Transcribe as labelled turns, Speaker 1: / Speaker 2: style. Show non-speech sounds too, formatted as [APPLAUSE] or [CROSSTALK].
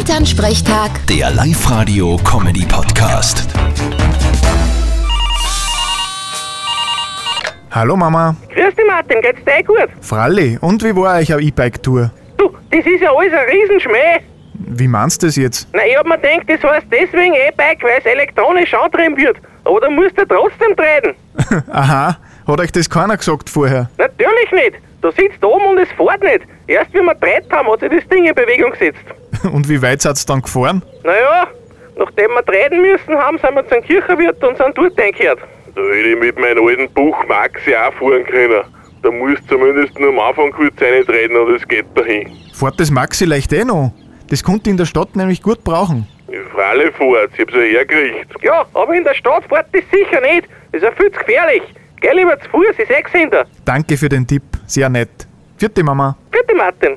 Speaker 1: Elternsprechtag,
Speaker 2: Der Live-Radio-Comedy-Podcast.
Speaker 3: Hallo Mama,
Speaker 4: Grüß dich, Martin, geht's dir eh gut?
Speaker 3: Fralli, und wie war euch eine E-Bike-Tour?
Speaker 4: Du, das ist ja alles ein Riesenschmäh.
Speaker 3: Wie meinst du das jetzt?
Speaker 4: Na, ich hab mir gedacht, das heißt deswegen E-Bike, weil es elektronisch antrieben wird. Aber da musst du trotzdem treten.
Speaker 3: Aha, hat euch das keiner gesagt vorher? [LAUGHS]
Speaker 4: Natürlich nicht. Da sitzt oben und es fährt nicht. Erst wie wir treten haben, hat sich das Ding in Bewegung gesetzt.
Speaker 3: Und wie weit seid ihr dann gefahren?
Speaker 4: Naja, nachdem wir treten müssen haben, sind wir zum Kirchenwirt und sind dort eingekehrt.
Speaker 5: Da hätte ich mit meinem alten Buch Max ja auch fahren können. Da muss zumindest nur am Anfang kurz reintreten und es geht dahin.
Speaker 3: Fährt das Maxi leicht eh noch? Das konnte in der Stadt nämlich gut brauchen.
Speaker 5: Freile Fahrt, ich hab's ja hergekriegt.
Speaker 4: Ja, aber in der Stadt fährt das sicher nicht. Das ist ja viel zu gefährlich. Geh lieber zu Fuß, ist sechs hinter.
Speaker 3: Danke für den Tipp, sehr nett. Vierte Mama.
Speaker 4: Bitte, Martin.